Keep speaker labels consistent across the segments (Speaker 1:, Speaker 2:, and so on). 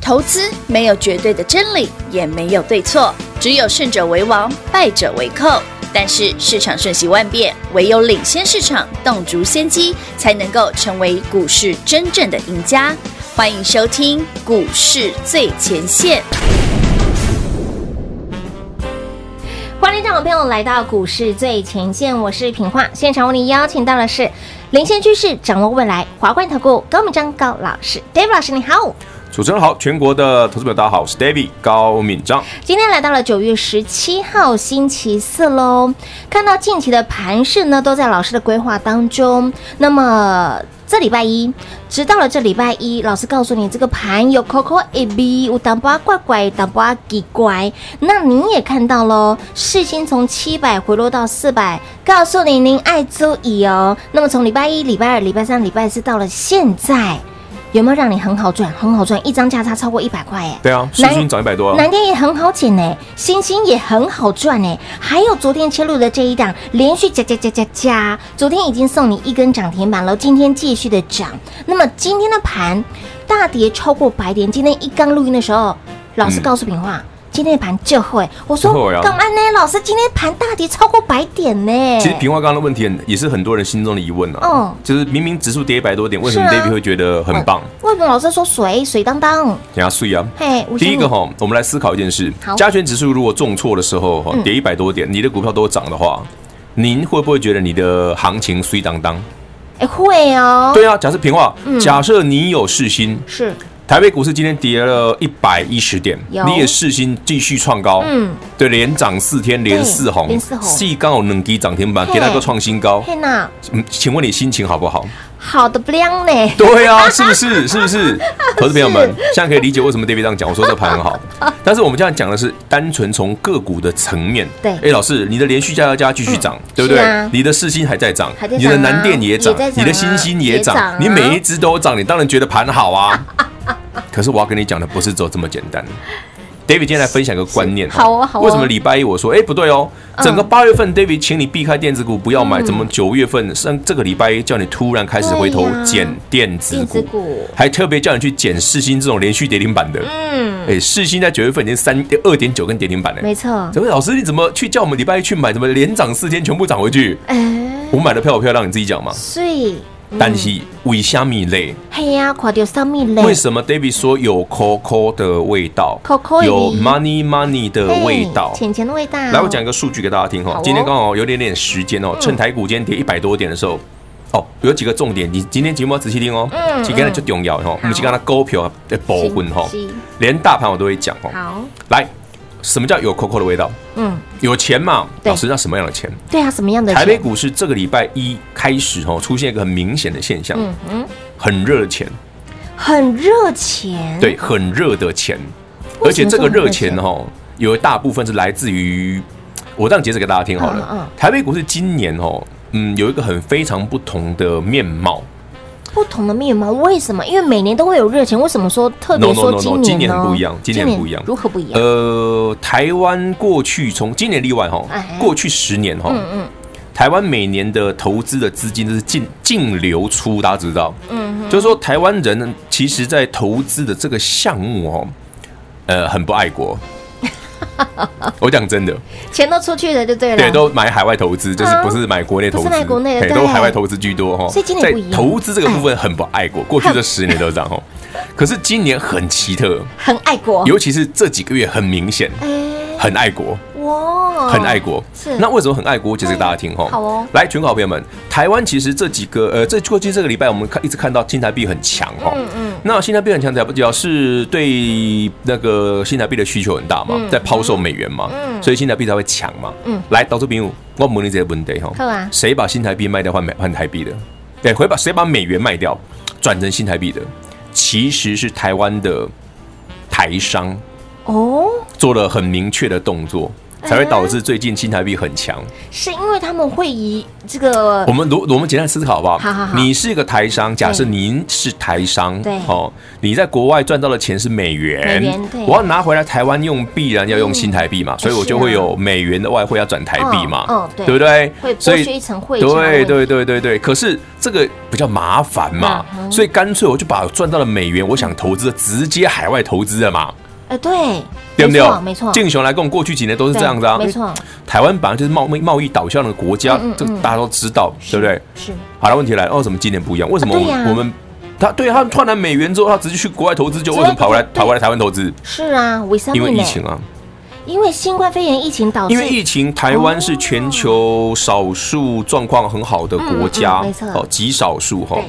Speaker 1: 投资没有绝对的真理，也没有对错，只有胜者为王，败者为寇。但是市场瞬息万变，唯有领先市场，洞烛先机，才能够成为股市真正的赢家。欢迎收听《股市最前线》。
Speaker 2: 欢迎听众朋友来到股市最前线，我是品化，现场为您邀请到的是领先趋势，掌握未来，华冠投顾高明章高老师，David 老师你好。
Speaker 3: 主持人好，全国的投资者大家好，我是 David 高敏章。
Speaker 2: 今天来到了九月十七号星期四喽，看到近期的盘势呢，都在老师的规划当中。那么这礼拜一，直到了这礼拜一，老师告诉你这个盘有 Coco A B，有淡薄怪怪，淡薄奇怪。那你也看到喽，市心从七百回落到四百，告诉你您爱足矣哦。那么从礼拜一、礼拜二、礼拜三、礼拜四到了现在。有没有让你很好赚？很好赚，一张价差超过一百块哎。
Speaker 3: 对啊，世
Speaker 2: 南
Speaker 3: 金涨一百多啊，
Speaker 2: 南电也很好捡呢，星星也很好赚呢，还有昨天切入的这一档，连续加加加加加，昨天已经送你一根涨停板了，今天继续的涨。那么今天的盘大跌超过百点，今天一刚录音的时候，老师
Speaker 3: 嗯
Speaker 2: 告诉平话，今天的盘就会，我说
Speaker 3: 就会啊
Speaker 2: 干嘛呢？老师今天盘大跌超过百点呢，
Speaker 3: 其实平花刚刚的问题很也是很多人心中的疑问啊，
Speaker 2: 嗯
Speaker 3: 就是明明指数跌一百多点，为什么
Speaker 2: 是啊
Speaker 3: David 会觉得很棒？
Speaker 2: 为什么老师说水水当当？
Speaker 3: 给他睡啊。
Speaker 2: 嘿，我
Speaker 3: 第一个
Speaker 2: 说
Speaker 3: 哈，我们来思考一件事
Speaker 2: 好：
Speaker 3: 加权指数如果重挫的时候哈，跌一百多点，你的股票都涨的话，您会不会觉得你的行情衰当当？
Speaker 2: 你，哎会哦，
Speaker 3: 对啊，假设平话，假设你有世新，
Speaker 2: 是
Speaker 3: 台北股市今天跌了一百一十点，
Speaker 2: 有
Speaker 3: 你也世新继续创高，
Speaker 2: 嗯，
Speaker 3: 对，连涨四天，连四红，
Speaker 2: 连四红
Speaker 3: 细刚有能给涨停板，
Speaker 2: 嘿
Speaker 3: 给它个创新高。
Speaker 2: 嘿娜，
Speaker 3: 嗯，请问你心情好不好？
Speaker 2: 好的不亮呢。
Speaker 3: 对啊，是不是？是不是？投资朋友们，现在可以理解为什么 David 这样讲，我说这盘很好。 但是我们这样讲的是单纯从个股的层面。
Speaker 2: 对
Speaker 3: 哎，老师，你的连续加加加继续涨，对不对
Speaker 2: 是啊？
Speaker 3: 你的世新还在涨
Speaker 2: 还在，
Speaker 3: 你的
Speaker 2: 涨啊
Speaker 3: 南电也涨
Speaker 2: 也在涨啊，
Speaker 3: 你的星星也
Speaker 2: 也涨啊
Speaker 3: 涨，你每一只都涨，你当然觉得盘 好啊。可是我要跟你讲的不是只有这么简单。David 今天来分享一个观念，
Speaker 2: 是好哦好哦嗯
Speaker 3: 为什么礼拜一我说，哎，不对哦，整个八月份 David 请你避开电子股，不要买，怎么九月份上这个礼拜一叫你突然开始回头
Speaker 2: 对呀
Speaker 3: 捡电子
Speaker 2: 电子
Speaker 3: 股？
Speaker 2: 股，
Speaker 3: 还特别叫你去捡世新这种连续跌停板的。
Speaker 2: 嗯，
Speaker 3: 哎，世新在九月份已经三二点九根跌停板了。
Speaker 2: 没错，
Speaker 3: 怎么老师你怎么去叫我们礼拜一去买？怎么连涨四天全部涨回去？
Speaker 2: 哎，
Speaker 3: 我买的票有票让你自己讲嘛。
Speaker 2: 所以，
Speaker 3: 但是为虾米类？
Speaker 2: 嘿呀，垮掉上面嘞，
Speaker 3: 为什么 David 说有 Coco 的味道
Speaker 2: Coco
Speaker 3: 有
Speaker 2: 味
Speaker 3: Money Money 的
Speaker 2: 嘿
Speaker 3: 味道？
Speaker 2: 浅浅的味道。
Speaker 3: 来，我讲一个数据给大家听
Speaker 2: 嗯好
Speaker 3: 哈
Speaker 2: 哦。嗯
Speaker 3: 今天刚好有点点时间哦，趁台股今天跌一百多点的时候，哦，有几个重点，你今天节目要仔细听哦
Speaker 2: 嗯。
Speaker 3: 今天就重要哈，我们去跟它勾票的保魂哈
Speaker 2: 是是，
Speaker 3: 连大盘我都会讲哦。
Speaker 2: 好，
Speaker 3: 来，什么叫有 COCO 的味道？
Speaker 2: 嗯，
Speaker 3: 有钱嘛？
Speaker 2: 对
Speaker 3: 老师，那什么样的钱？
Speaker 2: 对啊，什么样的
Speaker 3: 台北
Speaker 2: 钱？
Speaker 3: 股市这个礼拜一开始哦，出现一个很明显的现象，
Speaker 2: 嗯嗯，
Speaker 3: 很热的钱，
Speaker 2: 很热钱，，
Speaker 3: 对，很热的钱，
Speaker 2: 哎为
Speaker 3: 而
Speaker 2: 什
Speaker 3: 且
Speaker 2: 么
Speaker 3: 这个热
Speaker 2: 这
Speaker 3: 钱
Speaker 2: 么
Speaker 3: 哦，有一大部分是来自于，我这样解释给大家听好
Speaker 2: 嗯嗯
Speaker 3: 了。台北股市今年哦，嗯，有一个很非常不同的面貌。
Speaker 2: 不同的面貌，为什么？因为每年都会有热钱，为什么说特别
Speaker 3: No, no,
Speaker 2: 说
Speaker 3: no, no，
Speaker 2: 今年
Speaker 3: 今年
Speaker 2: 呢？
Speaker 3: 不一样今年不一样
Speaker 2: 如何不一样？
Speaker 3: 呃，台湾过去从今年例外哈
Speaker 2: 哎，
Speaker 3: 过去十年哈，
Speaker 2: 嗯嗯
Speaker 3: 台湾每年的投资的资金都是净净流出，大家知道。
Speaker 2: 嗯
Speaker 3: 就是说，台湾人其实在投资的这个项目哦，呃，很不爱 国。我讲真的，
Speaker 2: 嗯，钱都出去了就对了。
Speaker 3: 呃
Speaker 2: 啊
Speaker 3: 对，都买海外投资，就是不是买国内投资，
Speaker 2: 不是买国内的
Speaker 3: 嘿
Speaker 2: 对
Speaker 3: 都海外投资居多哈。
Speaker 2: 所以今年
Speaker 3: 在
Speaker 2: 不一样
Speaker 3: 投资这个部分很不爱国，过去这十年都这样哈。可是今年很奇特，
Speaker 2: 很爱国。
Speaker 3: 尤其是这几个月很明显，
Speaker 2: 哦哎，
Speaker 3: 很爱国。
Speaker 2: 哇，
Speaker 3: 很爱国。
Speaker 2: 哦是
Speaker 3: 那为什么很爱国？我解释给大家听哈。
Speaker 2: 好哦
Speaker 3: 来，全国好朋友们，台湾其实这几个呃，这过去这个礼拜我们看一直看到新台币很强哈。
Speaker 2: 嗯嗯
Speaker 3: 那新台币很强，代表示对那个新台币的需求很大嘛，在抛售美元嘛，
Speaker 2: 嗯
Speaker 3: 所以新台币才会强嘛。
Speaker 2: 嗯
Speaker 3: 来，导致朋友，我问你这个问题哈
Speaker 2: 好啊
Speaker 3: 谁把新台币卖掉换美换台币的？对，会把谁把美元卖掉转成新台币的？其实是台湾的台商
Speaker 2: 哦，
Speaker 3: 做了很明确的动作。
Speaker 2: 哎
Speaker 3: 才会导致最近新台币很强。
Speaker 2: 是因为他们会以这个
Speaker 3: 我们如我们简单思考好不好？
Speaker 2: 好好好
Speaker 3: 你是一个台商，假设您是台商，
Speaker 2: 对
Speaker 3: 哦，你在国外赚到的钱是美元，
Speaker 2: 美元对
Speaker 3: 我要拿回来台湾用，必然要用新台币嘛，所以我就会有美元的外汇要转台币嘛，
Speaker 2: 嗯啊嗯对
Speaker 3: 不对？
Speaker 2: 会
Speaker 3: 所
Speaker 2: 剥削
Speaker 3: 以
Speaker 2: 一层会差的问
Speaker 3: 对
Speaker 2: 题，
Speaker 3: 对对对对，可是这个比较麻烦嘛，
Speaker 2: 嗯哼
Speaker 3: 所以干脆我就把赚到的美元，我想投资的直接海外投资的嘛，
Speaker 2: 哎对，
Speaker 3: 对不
Speaker 2: 没
Speaker 3: 对
Speaker 2: 错？没错，
Speaker 3: 敬雄来跟我们过去几年都是
Speaker 2: 对
Speaker 3: 这样子啊，
Speaker 2: 没错，
Speaker 3: 台湾本来就是贸易贸易导向的国家
Speaker 2: 嗯嗯，
Speaker 3: 这
Speaker 2: 嗯
Speaker 3: 大家都知道，对不对？
Speaker 2: 是
Speaker 3: 好了，问题来了，为什么今年不一样？为什么
Speaker 2: 啊
Speaker 3: 我
Speaker 2: 对
Speaker 3: 们、
Speaker 2: 呀
Speaker 3: 我们他对他换来美元之后，他直接去国外投资，就为什么跑回来
Speaker 2: 对啊
Speaker 3: 跑回来台湾投资？
Speaker 2: 是啊，为什么？
Speaker 3: 因为疫情，
Speaker 2: 哦
Speaker 3: 啊，
Speaker 2: 因为新冠肺炎疫情导致，
Speaker 3: 因为疫情，台湾是全球少数状况很好的国家哦
Speaker 2: 嗯嗯嗯没错，
Speaker 3: 极少数哈
Speaker 2: 对。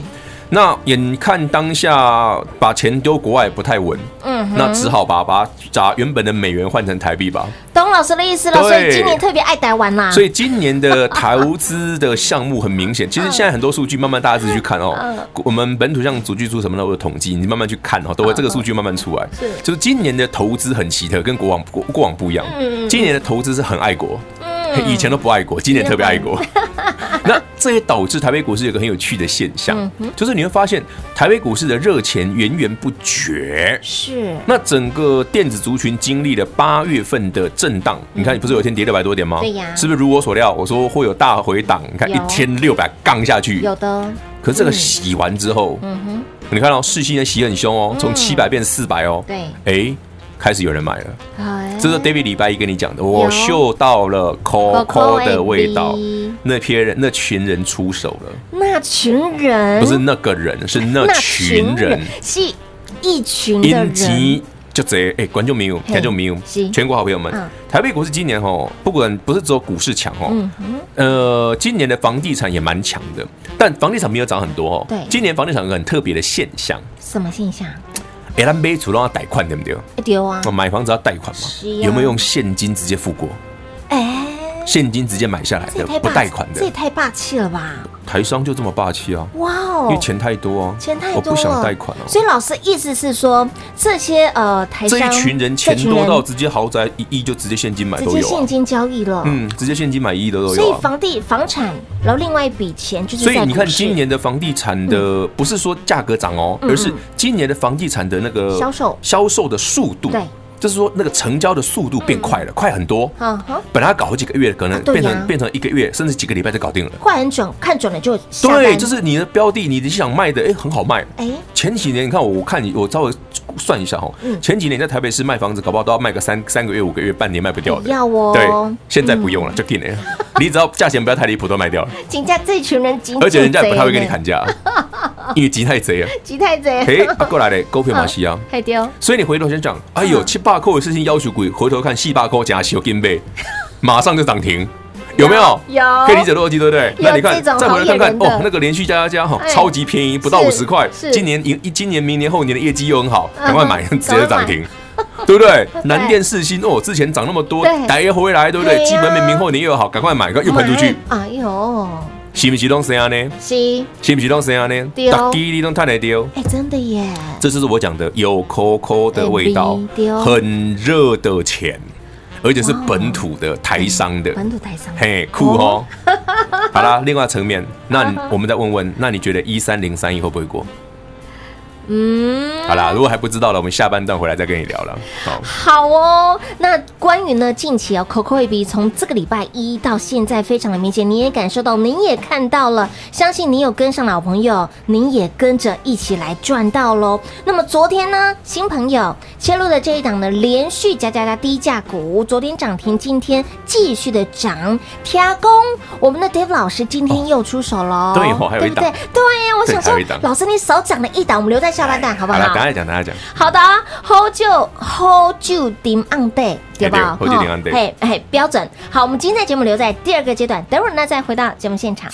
Speaker 3: 那眼看当下把钱丢国外不太稳，
Speaker 2: 嗯哼，
Speaker 3: 那只好把把把原本的美元换成台币吧。
Speaker 2: 懂老师的意思了，
Speaker 3: 对
Speaker 2: 所以今年特别爱台湾啦，
Speaker 3: 所以今年的投资的项目很 明显，其实现在很多数据慢慢大家自己去看哦
Speaker 2: 嗯。
Speaker 3: 我们本土像主计处什么的，我有统计，你慢慢去看哦，都会这个数据慢慢出来。
Speaker 2: 嗯是
Speaker 3: 就是今年的投资很奇特，跟过往过过往不一样
Speaker 2: 嗯。
Speaker 3: 今年的投资是很爱国，
Speaker 2: 嗯啊
Speaker 3: 以前都不爱国，今年特别爱国。 那这也导致台北股市有一个很有趣的现象，
Speaker 2: 嗯
Speaker 3: 就是你会发现台北股市的热钱源源不绝。
Speaker 2: 是
Speaker 3: 那整个电子族群经历了八月份的震荡，你看，不是有一天跌六百多点吗？
Speaker 2: 嗯对呀
Speaker 3: 是不是如我所料？我说会有大回档，你看
Speaker 2: 有
Speaker 3: 一天六百杠下去，
Speaker 2: 有的，
Speaker 3: 可是这个洗完之后，
Speaker 2: 嗯
Speaker 3: 你看到世新的洗很凶哦，从七百变四百哦
Speaker 2: 哼，，对，
Speaker 3: 哎，开始有人买了。
Speaker 2: 哎
Speaker 3: 这是 David 礼拜一跟你讲的，我嗅到了 Coco
Speaker 2: 哎
Speaker 3: 的味道
Speaker 2: Coco，
Speaker 3: 那批人那群人出手了，
Speaker 2: 那群人
Speaker 3: 不是那个人，是那群人。
Speaker 2: 是一群的
Speaker 3: 因
Speaker 2: 人，
Speaker 3: 及就这哎，观众没有，
Speaker 2: 嘿
Speaker 3: 听众没有
Speaker 2: 是，
Speaker 3: 全国好朋友们
Speaker 2: 嗯，
Speaker 3: 台北股市今年哦，不管不是只有股市强哦，
Speaker 2: 嗯哼，
Speaker 3: 呃，今年的房地产也蛮强的，但房地产没有涨很多哦。
Speaker 2: 对
Speaker 3: 今年房地产有个很特别的现象，
Speaker 2: 什么现象？
Speaker 3: 哎，咱买主让他贷款对不对？
Speaker 2: 哎丢啊
Speaker 3: 哦，买房子要贷款嘛
Speaker 2: 是啊，
Speaker 3: 有没有用现金直接付过？
Speaker 2: 哎，
Speaker 3: 现金直接买下来
Speaker 2: 这也
Speaker 3: 的，
Speaker 2: 太
Speaker 3: 不
Speaker 2: 霸
Speaker 3: 贷款
Speaker 2: 这也
Speaker 3: 的，
Speaker 2: 太霸气了吧！
Speaker 3: 台商就这么霸气啊！
Speaker 2: 哇哦，
Speaker 3: 因为钱太多啊，
Speaker 2: 钱太
Speaker 3: 我
Speaker 2: 多了，
Speaker 3: 不想贷款
Speaker 2: 所
Speaker 3: 哦。
Speaker 2: 以老师意思是说，这些呃台
Speaker 3: 这
Speaker 2: 商
Speaker 3: 一群人钱
Speaker 2: 这群
Speaker 3: 多
Speaker 2: 人
Speaker 3: 到直接豪宅一亿就直接现金买
Speaker 2: 直
Speaker 3: 都
Speaker 2: 接
Speaker 3: 有啊
Speaker 2: 现。金交易了。
Speaker 3: 嗯，直接现金买一亿的都
Speaker 2: 所
Speaker 3: 有
Speaker 2: 以
Speaker 3: 啊。
Speaker 2: 房地房产，然后另外一笔钱就是
Speaker 3: 所以
Speaker 2: 在
Speaker 3: 你
Speaker 2: 股
Speaker 3: 看，
Speaker 2: 市
Speaker 3: 今年的房地产的不是说价格涨哦，
Speaker 2: 嗯
Speaker 3: 而是今年的房地产的那个
Speaker 2: 销售
Speaker 3: 销售的速度，
Speaker 2: 对，
Speaker 3: 就是说那个成交的速度变快了，快很多。
Speaker 2: 嗯哼，
Speaker 3: 本来要搞好几个月，可能
Speaker 2: 啊对呀啊
Speaker 3: 变成变成一个月，甚至几个礼拜就搞定了。
Speaker 2: 快很准，看准了就下单。
Speaker 3: 对，就是你的标的，你想卖的，哎，很好卖。
Speaker 2: 哎，
Speaker 3: 前几年你看我，我看你，我稍微算一下哈
Speaker 2: 嗯，
Speaker 3: 前几年在台北市卖房子，搞不好都要卖个三三个月、五个月、半年卖不掉的。
Speaker 2: 要哦。
Speaker 3: 对，现在不用了，就定了。你只要价钱不要太离谱，都卖掉了。
Speaker 2: 请假这群人紧，
Speaker 3: 而且人家也不 太会跟你，砍价，因为急太贼啊。
Speaker 2: 急太贼。
Speaker 3: 哎，啊过来嘞，狗票马西啊。
Speaker 2: 太丢，
Speaker 3: 所以你回头先讲，哎
Speaker 2: 啊
Speaker 3: 呦，七八扣的事情要求鬼，回头看细八扣加小金 杯，马上就涨停，有没有？
Speaker 2: 有
Speaker 3: 可以理解逻辑对不对？
Speaker 2: 有
Speaker 3: 那你看，
Speaker 2: 这种
Speaker 3: 再回
Speaker 2: 好
Speaker 3: 来看
Speaker 2: 野人
Speaker 3: 看
Speaker 2: 的
Speaker 3: 哦，那个连续加加加哈，
Speaker 2: 哎
Speaker 3: 超级便宜，不到五
Speaker 2: 是
Speaker 3: 十块
Speaker 2: 是。
Speaker 3: 今年一今年、明年、后年的业绩又很好，赶快买，
Speaker 2: 嗯
Speaker 3: 直接就涨停。对不对？南
Speaker 2: 对
Speaker 3: 电四新哦，之前涨那么多
Speaker 2: 对，
Speaker 3: 逮回来，对不对
Speaker 2: 对？呀
Speaker 3: 基本面明后年又好，赶快买，又喷出去，
Speaker 2: 买。哎呦，
Speaker 3: 是不是都是这样呢？
Speaker 2: 是，
Speaker 3: 是不是拢生安呢？
Speaker 2: 对哦
Speaker 3: 大鸡你拢赚得到。
Speaker 2: 哎，真的耶，
Speaker 3: 这就是我讲的有 COCO 的味道
Speaker 2: 哎对哦，
Speaker 3: 很热的钱，而且是
Speaker 2: 哇
Speaker 3: 本土的台商的，
Speaker 2: 本土台商。
Speaker 3: 嘿，酷哦。 好啦，另外层面，那你我们再问问，那你觉得一三零三一会不会过？
Speaker 2: 嗯，
Speaker 3: 好啦，如果还不知道了，我们下半段回来再跟你聊了。好，
Speaker 2: 好哦，那关于呢近期哦，Coco A B 从这个礼拜一到现在非常的明显，你也感受到，您也看到了，相信你有跟上老朋友，您也跟着一起来赚到喽。那么昨天呢，新朋友切入的这一档呢，连续加加加低价股，昨天涨停，今天继续的涨，天公，我们的 Dave 老师今天又出手喽、
Speaker 3: 哦对哦还有
Speaker 2: 对
Speaker 3: 一
Speaker 2: 不
Speaker 3: 档
Speaker 2: 对？对呀，我
Speaker 3: 对
Speaker 2: 想
Speaker 3: 还有
Speaker 2: 说
Speaker 3: 一档，
Speaker 2: 老师你少涨了一档，我们留在下半段好不
Speaker 3: 好
Speaker 2: 好？
Speaker 3: 啦，等下讲，等下讲。
Speaker 2: 好的，hold 啊住，hold 住顶 on day，对吧？
Speaker 3: 哎对，hold 住顶 on day
Speaker 2: 嘿，嘿，标准。好，我们今天的节目留在第二个阶段，等会儿呢再回到节目现场。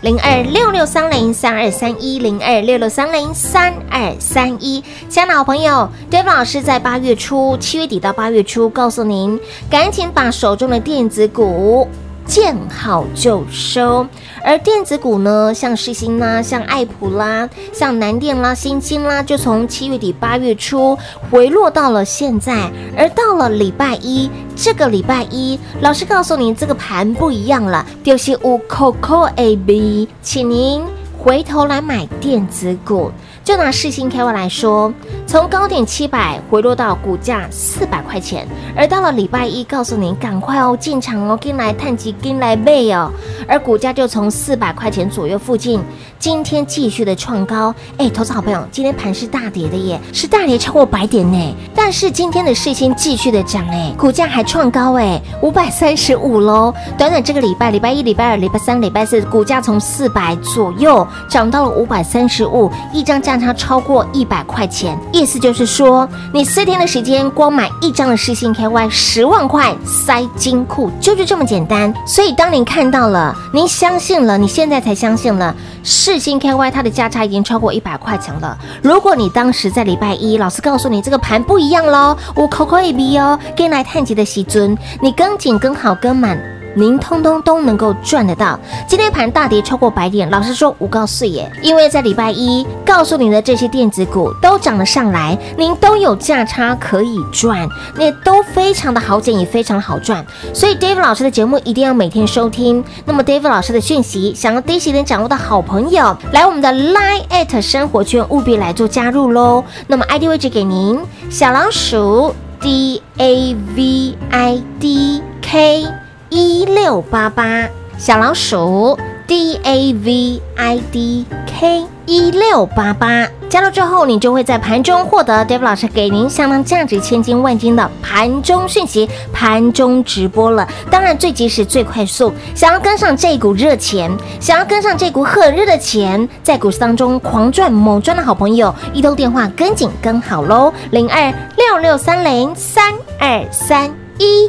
Speaker 2: 零二六六三零三二三一零二六六三零三二三一，亲爱的好朋友，Dave 老师在八月初、七月底到八月初告诉您，赶紧把手中的电子股见好就收。而电子股呢，像世星啦，像爱普啦，像南电啦、新金啦，就从七月底八月初回落到了现在。而到了礼拜一，这个礼拜一，老师告诉您，这个盘不一样了，就是五 Coco A B，请您回头来买电子股。就拿世星 KY 来说，从高点七百回落到股价四百块钱，而到了礼拜一，告诉您赶快哦进场哦，跟来探及跟来背哦，而股价就从四百块钱左右附近，今天继续的创高。哎，投资好朋友，今天盘是大跌的耶，是大跌超过百点呢，但是今天的世星继续的涨哎，股价还创高哎，五百三十五喽。短短这个礼拜，礼拜一、礼拜二、礼拜三、礼拜四，股价从四百左右涨到了五百三十五，一张价差超过一百块钱。意思就是说，你四天的时间光买一张的世信 KY 十万块塞金库，就是这么简单。所以当您看到了，您相信了，你现在才相信了世信 KY 它的价差已经超过一百块钱了。如果你当时在礼拜一，老师告诉你这个盘不一样喽，我口口一鼻哦，跟来探级的喜尊，你跟紧跟好跟满。您通通都能够赚得到。今天盘大跌超过百点，老实说我告诉耶，因为在礼拜一告诉你的这些电子股都涨了上来，您都有价差可以赚，那都非常的好捡，也非常好赚。所以 David 老师的节目一定要每天收听。那么 David 老师的讯息，想要第一时间掌握的好朋友，来我们的 Line at 生活圈务必来做加入喽。那么 ID 位置给您，小老鼠 D A V I D K。一六八八小老鼠 D A V I D K 一六八八加入之后，你就会在盘中获得 Dave 老师给您相当价值千金万金的盘中讯息、盘中直播了。当然，最及时、最快速。想要跟上这股热钱，想要跟上这股很热的钱，在股市当中狂赚猛赚的好朋友，一通电话跟紧跟好喽，零二六六三零三二三一。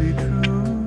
Speaker 4: be true.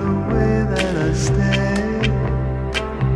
Speaker 4: way that I stay.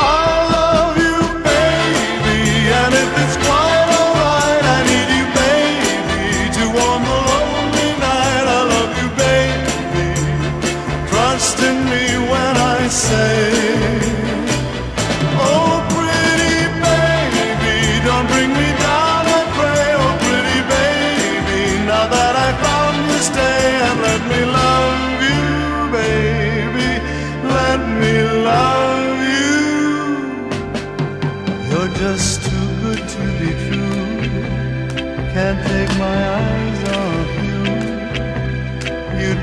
Speaker 4: I love you, baby, and if it's quite alright, I need you, baby, to warm the lonely night. I love you, baby. Trust in me when I say, Oh, pretty baby, don't bring me down. I pray, oh, pretty baby, now that I found this day, and let me love you, baby, let me love you. You're just too good to be true. Can't take my eyes off you. You'd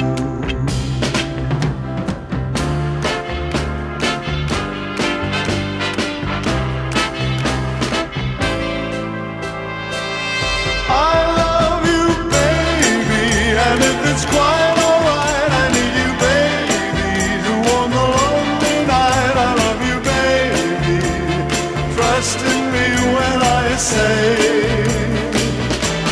Speaker 4: you. I love you, baby, and if it's quite alright, I need you, baby, to warm the lonely night. I love you, baby. Trust in me when I say.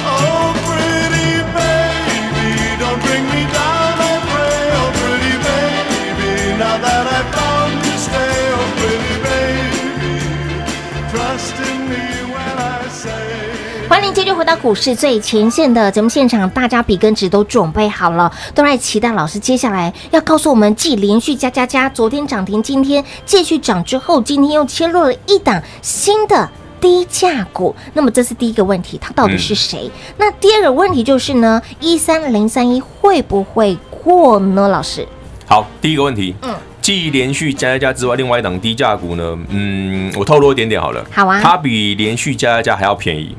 Speaker 4: Oh, pretty baby, don't bring me down. I pray, oh, pretty baby, now that I've found to stay, oh, pretty baby, trust in me when I say.
Speaker 2: 欢迎继续回到股市最前线的节目现场，大家笔跟纸都准备好了，都在期待老师接下来要告诉我们，继连续加加加，昨天涨停，今天继续涨之后，今天又切入了一档新的。低价股，那么这是第一个问题，它到底是谁？
Speaker 3: 嗯
Speaker 2: 那第二个问题就是呢，一三零三一会不会过呢？老师，
Speaker 3: 好，第一个问题，嗯，继连续加加加之外，另外一档低价股呢，嗯，我透露一点点好了，
Speaker 2: 好啊
Speaker 3: 它比连续加加加还要便宜，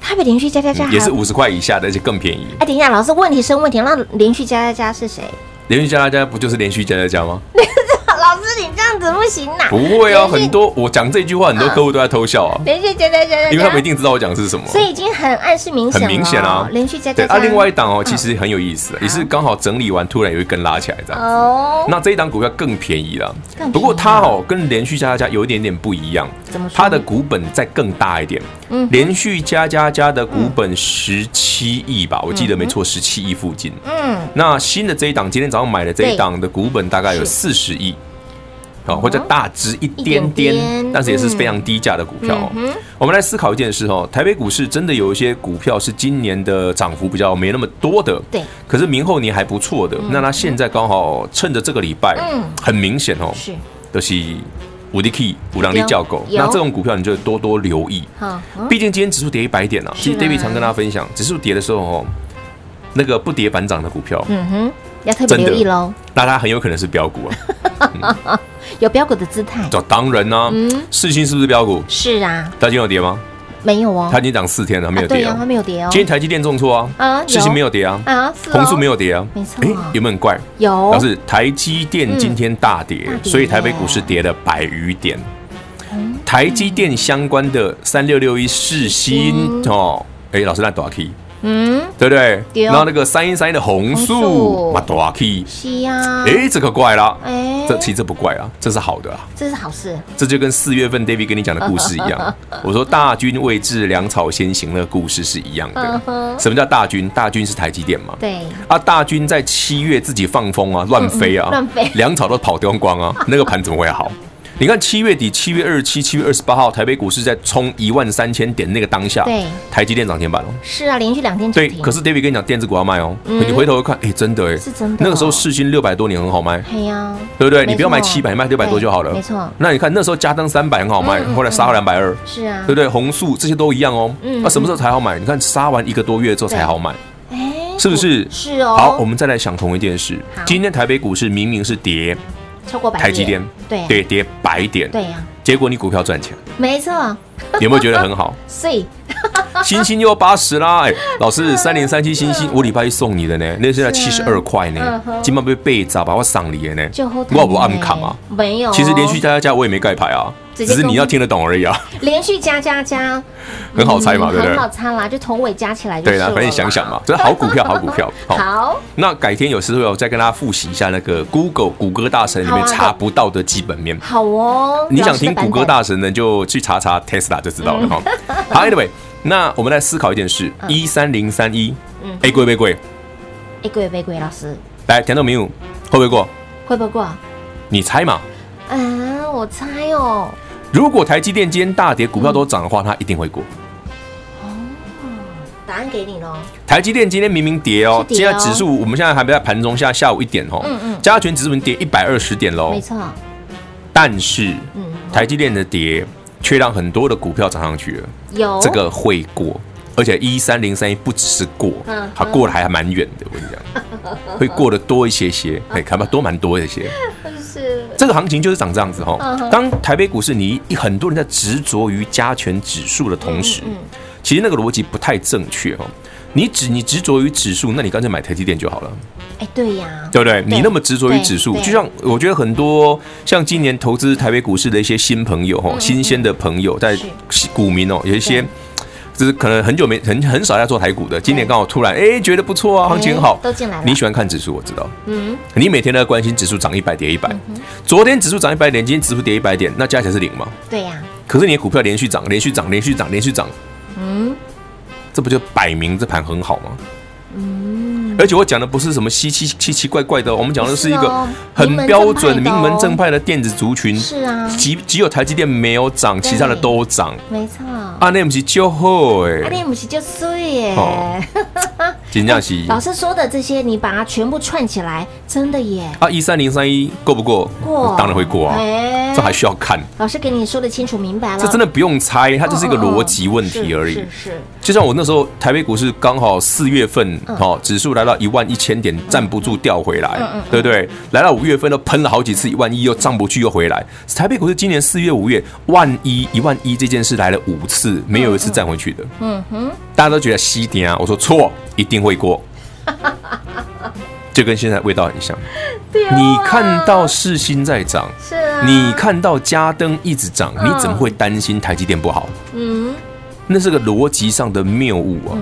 Speaker 2: 它比连续加加加
Speaker 3: 嗯
Speaker 2: 还
Speaker 3: 也是五十块以下的，而且更便宜。
Speaker 2: 哎，等一下，老师问题生问题，那连续加加加是谁？
Speaker 3: 连续加加加不就是连续加加加吗？
Speaker 2: 老师，你这样子不行呐、
Speaker 3: 不会啊，
Speaker 2: 连续
Speaker 3: 很多我讲这句话，很多客户都在偷笑啊，
Speaker 2: 连续加加加加加，
Speaker 3: 因为他们一定知道我讲的是什么。
Speaker 2: 所以已经很暗示明显了，
Speaker 3: 很明显啊
Speaker 2: 连续加
Speaker 3: 对
Speaker 2: 加加。
Speaker 3: 啊，另外一档
Speaker 2: 嗯
Speaker 3: 哦，其实很有意思啊，也是刚好整理完，突然有一根拉起来这样子。
Speaker 2: 哦，
Speaker 3: 那这一档股票更便宜了
Speaker 2: 更便宜，
Speaker 3: 不过它哦跟连续加加加有一点点不一样
Speaker 2: 怎么，说
Speaker 3: 它的股本再更大一点
Speaker 2: 嗯。
Speaker 3: 连续加加加的股本十七亿吧，我记得没错，十七亿附近。
Speaker 2: 嗯，
Speaker 3: 那新的这一档，今天早上买的这一档的股本大概有四十亿，好，或者大只一点
Speaker 2: 哦一点
Speaker 3: 点
Speaker 2: 点，嗯
Speaker 3: 但是也是非常低价的股票哦。我们来思考一件事哦，台北股市真的有一些股票是今年的涨幅比较没那么多的，
Speaker 2: 对，
Speaker 3: 可是明后年还不错的。那它现在刚好趁着这个礼拜
Speaker 2: 嗯，
Speaker 3: 很明显哦，
Speaker 2: 是，
Speaker 3: 都是五 D K 五两 D 叫狗，
Speaker 2: 有
Speaker 3: 那这种股票你就多多留意。
Speaker 2: 好，嗯
Speaker 3: 毕竟今天指数跌一百点啊，其
Speaker 2: 是
Speaker 3: 实
Speaker 2: 啊
Speaker 3: David 常跟大家分享，指数跌的时候哦，那个不跌反涨的股票，
Speaker 2: 嗯哼，要特别
Speaker 3: 真的
Speaker 2: 留意喽，
Speaker 3: 那它很有可能是标 股啊。
Speaker 2: 有标股的姿态。
Speaker 3: 这当然啦、
Speaker 2: 嗯
Speaker 3: 世新是不是标股？
Speaker 2: 是啊，
Speaker 3: 它今天有跌吗？
Speaker 2: 没有哦，
Speaker 3: 它已经涨四天了，它没有
Speaker 2: 啊对
Speaker 3: 跌
Speaker 2: 啊，
Speaker 3: 哦。
Speaker 2: 它没有跌哦
Speaker 3: 今，天台积电重挫啊，
Speaker 2: 啊有
Speaker 3: 世新没有跌啊，
Speaker 2: 啊，是哦
Speaker 3: 红树没有跌啊，
Speaker 2: 没错
Speaker 3: 诶有没有很怪？
Speaker 2: 有，
Speaker 3: 老师，台积电今天大跌
Speaker 2: 哦嗯大，跌哦
Speaker 3: 所以台北股市跌了百余点。台积电相关的三六六一世新哦，哎，老师那短 K
Speaker 2: 嗯，
Speaker 3: 对不对？
Speaker 2: 对哦
Speaker 3: 然后那个三一三一的红
Speaker 2: 红树
Speaker 3: 树嘛短 K，
Speaker 2: 是啊，
Speaker 3: 哎，这个怪啦，
Speaker 2: 哎
Speaker 3: 这其实这不怪啊，这是好的啊。
Speaker 2: 这是好事，
Speaker 3: 这就跟四月份 David 跟你讲的故事一样， 我说大军未至，粮草先行的故事是一样
Speaker 2: 嗯
Speaker 3: 的。
Speaker 2: 哼
Speaker 3: 什么叫大军？大军是台积电嘛？
Speaker 2: 对，
Speaker 3: 啊，大军在七月自己放风啊，乱飞啊
Speaker 2: 嗯嗯， 乱飞
Speaker 3: 粮草都跑光 光啊，那个盘怎么会好？你看七月底、七月二十七、七月二十八号，台北股市在冲一万三千点那个当下，
Speaker 2: 对
Speaker 3: 台积电涨停板哦。
Speaker 2: 是啊，连续两天涨
Speaker 3: 对，
Speaker 2: 停，
Speaker 3: 可是 David 跟你讲，电子股要卖哦。你回头一看，哎，真的哎，
Speaker 2: 嗯是真的哦
Speaker 3: 那个时候市新六百多年很好卖，
Speaker 2: 嘿呀，
Speaker 3: 对不
Speaker 2: 没
Speaker 3: 对？
Speaker 2: 错
Speaker 3: 你不要买七百，卖六百多就好了。
Speaker 2: 对没错嗯
Speaker 3: 那你看那时候加登三百很好卖，后来杀到两百二，
Speaker 2: 是啊
Speaker 3: 对不，对？红素这些都一样哦。
Speaker 2: 嗯
Speaker 3: 那什么时候才好买？你看杀完一个多月之后才好买，
Speaker 2: 哎
Speaker 3: 是不是？
Speaker 2: 是哦，
Speaker 3: 好，我们再来想同一件事
Speaker 2: 好。
Speaker 3: 今天台北股市明明是跌，
Speaker 2: 超过百点，
Speaker 3: 台积电
Speaker 2: 对啊
Speaker 3: 对跌百点，
Speaker 2: 对呀、
Speaker 3: 结果你股票赚钱，
Speaker 2: 没错，
Speaker 3: 你有没有觉得 很好？
Speaker 2: 所以
Speaker 3: 星星又八十啦，哎，老 师三零三七星星，我礼拜一送你的呢，那现在七十二块
Speaker 2: 嗯
Speaker 3: 呢
Speaker 2: 哼，
Speaker 3: 今晚被被砸把我赏你的呢
Speaker 2: 就后，
Speaker 3: 我不暗砍啊。
Speaker 2: 没有哦，
Speaker 3: 其实连续加加加我也没盖牌啊，
Speaker 2: 直
Speaker 3: 只
Speaker 2: 接
Speaker 3: 是你要听得懂而已啊。
Speaker 2: 连续加加加，嗯
Speaker 3: 很好猜嘛对不对
Speaker 2: 很好猜啦，就同尾加起来就
Speaker 3: 对
Speaker 2: 了
Speaker 3: 啦，
Speaker 2: 啦。
Speaker 3: 反正想想嘛，这是好股 票，好股票。
Speaker 2: 好，
Speaker 3: 那改天有时候我再跟大家复习一下那个 Google 谷歌大神里
Speaker 2: 好
Speaker 3: 面
Speaker 2: 啊
Speaker 3: 查不到的基本面。
Speaker 2: 好哦。
Speaker 3: 你想
Speaker 2: 老师的
Speaker 3: 听
Speaker 2: 版
Speaker 3: 谷歌
Speaker 2: 本嗯
Speaker 3: 大神呢，就去查查 Tesla 就知道了哈。 好，Anyway，那我们来思考一件事：一三零三一
Speaker 2: 嗯，
Speaker 3: 哎，贵不贵？
Speaker 2: 哎，贵不贵？老师
Speaker 3: 来，田豆明武会不会过？
Speaker 2: 会不会过？啊，
Speaker 3: 你猜嘛？
Speaker 2: 我猜哦，
Speaker 3: 如果台积电今天大跌，股票都涨的话，它一定会过。
Speaker 2: 答案给你喽。
Speaker 3: 台积电今天明明跌哦，
Speaker 2: 是
Speaker 3: 现
Speaker 2: 跌哦
Speaker 3: 在指数我们现在还没在盘中，下下午一点哦，
Speaker 2: 嗯嗯
Speaker 3: 加权指数已经跌一百二十点喽
Speaker 2: 没。错，
Speaker 3: 但是
Speaker 2: 嗯，
Speaker 3: 台积电的跌却让很多的股票涨上去了，
Speaker 2: 有
Speaker 3: 这个会过，而且一三零三一不只是过
Speaker 2: 嗯，
Speaker 3: 它过得还蛮远的，我跟你讲，会过得多一些些，
Speaker 2: 嗯
Speaker 3: 哎，看吧，多蛮多一些。
Speaker 2: 是
Speaker 3: 这个行情就是长这样子哈
Speaker 2: 嗯哼。
Speaker 3: 当台北股市你一很多人在执着于加权指数的同
Speaker 2: 嗯
Speaker 3: 时，其实那个逻辑不太正确哈。你只你执着于指数，那你干脆买台积电就好了，
Speaker 2: 哎，对呀，
Speaker 3: 对不对？
Speaker 2: 对
Speaker 3: 你那么执着于指数，
Speaker 2: 对对
Speaker 3: 就像我觉得很多像今年投资台北股市的一些新朋友哈，新鲜的朋友在
Speaker 2: 嗯是
Speaker 3: 股民哦，有一些
Speaker 2: 对。
Speaker 3: 就是可能很久没很很少在做台股的，今年刚好突然哎觉得不错啊，行情好
Speaker 2: 哎，都进来了
Speaker 3: 你喜欢看指数，我知道，
Speaker 2: 嗯，
Speaker 3: 你每天都在关心指数涨一百跌一百，昨天指数涨一百点，今天指数跌一百点，那加起来是零嘛？
Speaker 2: 对呀，
Speaker 3: 可是你的股票连续涨，连续涨，连续涨，连续涨，
Speaker 2: 嗯，
Speaker 3: 这不就摆明这盘很好吗？而且我讲的不是什么稀奇奇奇怪怪的哦，我们讲的是一
Speaker 2: 嗯不是哦
Speaker 3: 个很标准、
Speaker 2: 名
Speaker 3: 名
Speaker 2: 门
Speaker 3: 门
Speaker 2: 正哦
Speaker 3: 正派的电子族群，
Speaker 2: 是啊
Speaker 3: 只只有台积电没有涨，其他的都涨。
Speaker 2: 没错。啊，
Speaker 3: 啊，那不是就好哎，
Speaker 2: 你不是就碎耶？
Speaker 3: 哦金价是
Speaker 2: 老师说的这些，你把它全部串起来，真的耶，
Speaker 3: 啊，一三零三一过不过？
Speaker 2: 过
Speaker 3: 当然会过啊，
Speaker 2: 哎
Speaker 3: 这还需要看，
Speaker 2: 老师给你说的清楚明白了，
Speaker 3: 这真
Speaker 2: 的
Speaker 3: 的不用猜，它就是一个逻辑问题而已
Speaker 2: 嗯是。是，
Speaker 3: 就像我那时候台北股市刚好四月份，
Speaker 2: 嗯
Speaker 3: 哦，指数来到一万一千点，站不住掉回来，
Speaker 2: 嗯
Speaker 3: 对不对？来到五月份都喷了好几次一万一，又上不去又回来。台北股市今年四月、五月万一一万一这件事来了五次，没有一次站回去的。
Speaker 2: 嗯哼，
Speaker 3: 大家都觉得西点啊，我说错，一定会过， 就跟现在味道很像。你看到世新在涨，
Speaker 2: 是啊，
Speaker 3: 你看到嘉登一直涨，你怎么会担心台积电不好？
Speaker 2: 嗯，
Speaker 3: 那是个逻辑上的谬误啊！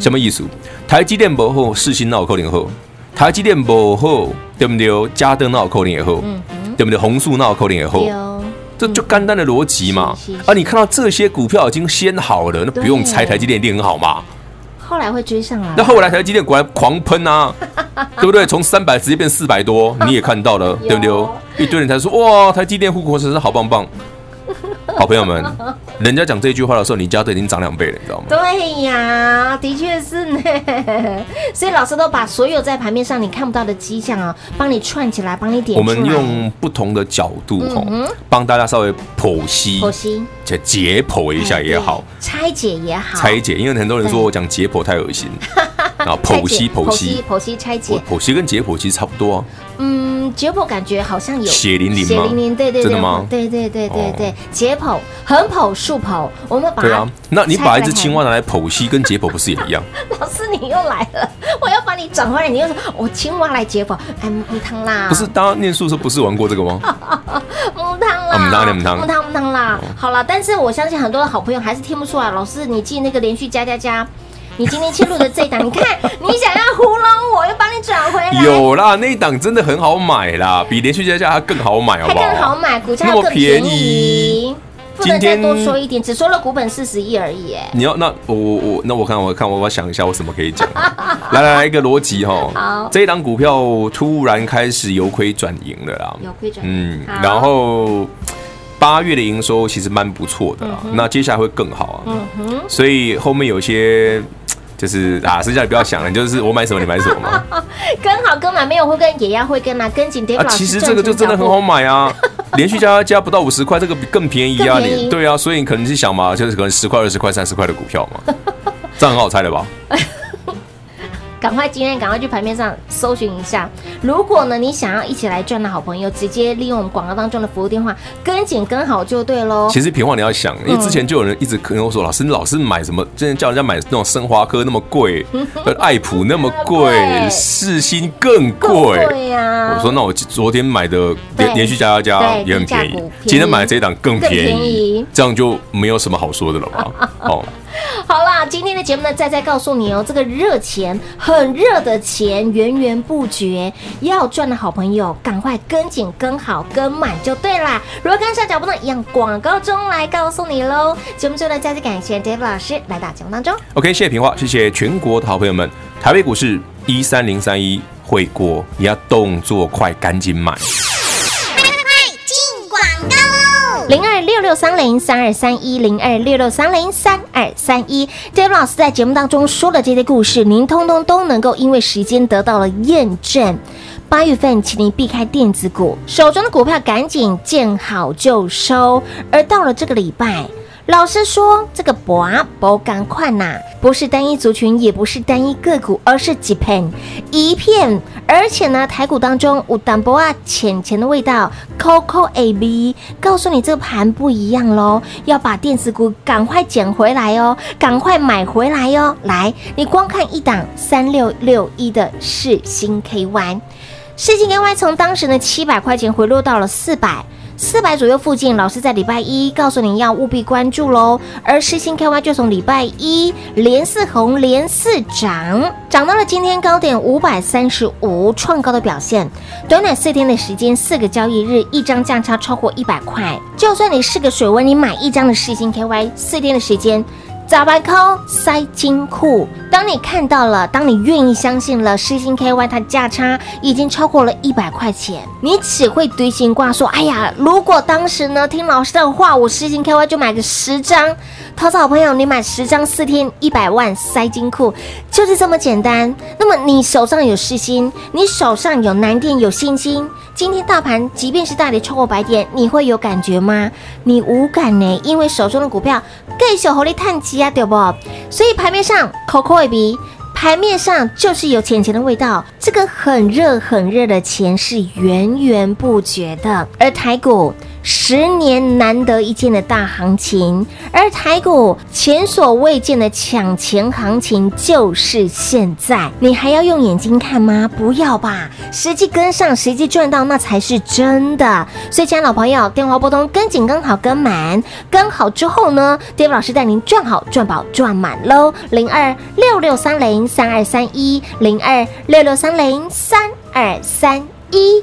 Speaker 3: 什么意思？台积电不后，世新脑扣零后，台积电不后，对不对？嘉登脑扣零也后，
Speaker 2: 嗯
Speaker 3: 对不对？红树脑扣零也后，
Speaker 2: 有
Speaker 3: 这就干单的逻辑嘛
Speaker 2: 是是是。
Speaker 3: 啊，你看到这些股票已经先好了，那不用猜
Speaker 2: 对
Speaker 3: 台积电一定很好嘛。
Speaker 2: 后来会追上来，
Speaker 3: 那后来台积电果然狂喷啊， 对不对？从三百直接变四百多，你也看到了，对不哦对？一堆人才说哇，台积电护国神山好棒棒。好朋友们，人家讲这句话的时候，你家都已经涨两倍了，你知道吗？
Speaker 2: 对呀，的确是呢。 所以老师都把所有在盘面上你看不到的迹象啊，帮你串起来，帮你点
Speaker 3: 我
Speaker 2: 出来
Speaker 3: 们用不同的角度
Speaker 2: 嗯
Speaker 3: 哦
Speaker 2: 哼，
Speaker 3: 帮大家稍微剖析
Speaker 2: 剖析嗯
Speaker 3: 且解剖一下也好，
Speaker 2: 对拆解也好，
Speaker 3: 拆解，因为很多人说我讲解剖太 恶心，然后
Speaker 2: 拆解
Speaker 3: 剖析剖
Speaker 2: 析
Speaker 3: 析，
Speaker 2: 剖析拆
Speaker 3: 我
Speaker 2: 解。
Speaker 3: 剖析跟解剖其实差不多啊。
Speaker 2: 嗯，解剖感觉好像有
Speaker 3: 血淋淋吗
Speaker 2: 血淋淋，对对对，
Speaker 3: 真的吗
Speaker 2: 对对对对
Speaker 3: 哦
Speaker 2: 对，解剖、横剖、竖剖，我们把它
Speaker 3: 对啊，那你
Speaker 2: 拆
Speaker 3: 把一
Speaker 2: 开
Speaker 3: 只
Speaker 2: 看
Speaker 3: 青蛙拿来剖析跟解剖不是也一 样？
Speaker 2: 老师，你又来了，我要把你转回来，你又说我青蛙来解剖，哎，木汤啦，
Speaker 3: 不是，大家念书的时候不是玩过这 个吗？
Speaker 2: 木汤啦，
Speaker 3: 啊母汤啦母汤哦
Speaker 2: 木汤木汤啦。好了，但是我相信很多的好朋友还是听不出来，老师，你记那个连续加加加。你今天切入的这一档，你 看你想要糊弄我，又把你转哎回来，
Speaker 3: 有啦，那一档真的很好买啦，比连续加价它更好买，好
Speaker 2: 还
Speaker 3: 不
Speaker 2: 更好
Speaker 3: 好？
Speaker 2: 买，股价又
Speaker 3: 那么
Speaker 2: 更便
Speaker 3: 便
Speaker 2: 宜
Speaker 3: 宜。
Speaker 2: 不能
Speaker 3: 今
Speaker 2: 再
Speaker 3: 天
Speaker 2: 多说一点，只说了股本四十亿而已，哎，
Speaker 3: 你要那我我我那我看我看我我想一下我什么可以讲啊、 来来来一个逻辑
Speaker 2: 好
Speaker 3: 哈，这一档股票突然开始由亏转盈了啦，
Speaker 2: 有亏转盈
Speaker 3: 嗯
Speaker 2: 好，
Speaker 3: 然后八月的营收其实蛮不错的啦，
Speaker 2: 嗯
Speaker 3: 那接下来会更好啊，所以后面有些就是啊，剩下你不要想了，你就是我买什么你买什么嘛。
Speaker 2: 跟好跟满没有会跟也要会跟啊，跟紧 Dave
Speaker 3: 啊
Speaker 2: 老，师
Speaker 3: 其实
Speaker 2: 赚
Speaker 3: 这个
Speaker 2: 钱
Speaker 3: 就真的
Speaker 2: 脚
Speaker 3: 很
Speaker 2: 步
Speaker 3: 好买啊，连续加加不到五十块，这个比更便宜啊，
Speaker 2: 更便宜
Speaker 3: 你对啊，所以你可能是 想嘛，就是可能十块、二十块、三十块的股票嘛，这样很好猜的吧？
Speaker 2: 赶快今天赶快去盘面上搜寻一下。如果呢你想要一起来赚的好朋友，直接利用我们广告当中的服务电话跟紧跟好就对喽。
Speaker 3: 其实平话你要想，
Speaker 2: 嗯
Speaker 3: 因为之前就有人一直跟我说，老师，你老是买什么？之前叫人家买那种生华科那么贵，呃爱普那么
Speaker 2: 嗯对
Speaker 3: 贵，世新更贵。
Speaker 2: 对呀，
Speaker 3: 我说那我昨天买的
Speaker 2: 对
Speaker 3: 连连续加加加
Speaker 2: 对
Speaker 3: 也很便
Speaker 2: 低
Speaker 3: 宜
Speaker 2: 价股，
Speaker 3: 今天买的这一档更
Speaker 2: 更
Speaker 3: 便
Speaker 2: 便
Speaker 3: 宜
Speaker 2: 宜，
Speaker 3: 这样就没有什么好说的了 吧？哦，
Speaker 2: 好啦，今天的节目呢，再再告诉你哦，这个热钱很热的钱，源源不绝，要赚的好朋友，赶快跟紧、跟好、跟满就对啦。如果跟上脚步呢，一样广告中来告诉你喽。节目最后呢，再次感谢 Dave 老师来到节目当中。
Speaker 3: OK，谢谢平话，谢谢全国的好朋友们。台北股市一三零三一回锅，你要动作快，赶紧买。
Speaker 5: 进广告喽！
Speaker 2: 零二六六三零三二三一零二六六三零三二三一。Dave 老师在节目当中说的这些故事，您通通都能够因为时间得到了验证。八月份，请您避开电子股，手中的股票赶紧见好就收。而到了这个礼拜。老师说，这个博啊博赶快呐，不是单一族群，也不是单一个股，而是几片一片。而且呢，台股当中有淡薄啊浅浅的味道，Coco A B 告诉你这个盘不一样喽，要把电子股赶快捡回来哦，赶快买回来哦。来，你光看一档三六六一的世星 K Y，世星 K Y 从当时的七百块钱回落到了四百。四百左右附近，老师在礼拜一告诉你要务必关注喽。而世星 KY 就从礼拜一连四红连四涨，涨到了今天高点五百三十五，创高的表现。短短四天的时间，四个交易日，一张价差超过一百块。就算你是个水温，你买一张的世星 KY，四天的时间。砸白抠塞金库。当你看到了，当你愿意相信了，世星 KY 它价差已经超过了一百块钱，你只会堆心挂说：“哎呀，如果当时呢听老师的话，我世星 KY 就买个十张。”投资好朋友，你买十张，四天一百万塞金库，就是这么简单。那么你手上有世星，你手上有南电，有信心。今天大盘即便是大跌超过百点，你会有感觉吗？你无感呢，因为手中的股票更小红利探基啊，对不？所以盘面上口口一鼻。盘面上就是有钱钱的味道，这个很热很热的钱是源源不绝的。而台股十年难得一见的大行情，而台股前所未见的抢钱行情就是现在。你还要用眼睛看吗？不要吧，实际跟上，实际赚到，那才是真的。所以，亲爱的老朋友，电话拨通，跟紧、跟好、跟满，跟好之后呢，Dave 老师带您赚好、赚饱、赚满喽。零二六六三零三二三一，零二六六三零三二三一。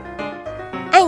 Speaker 2: 按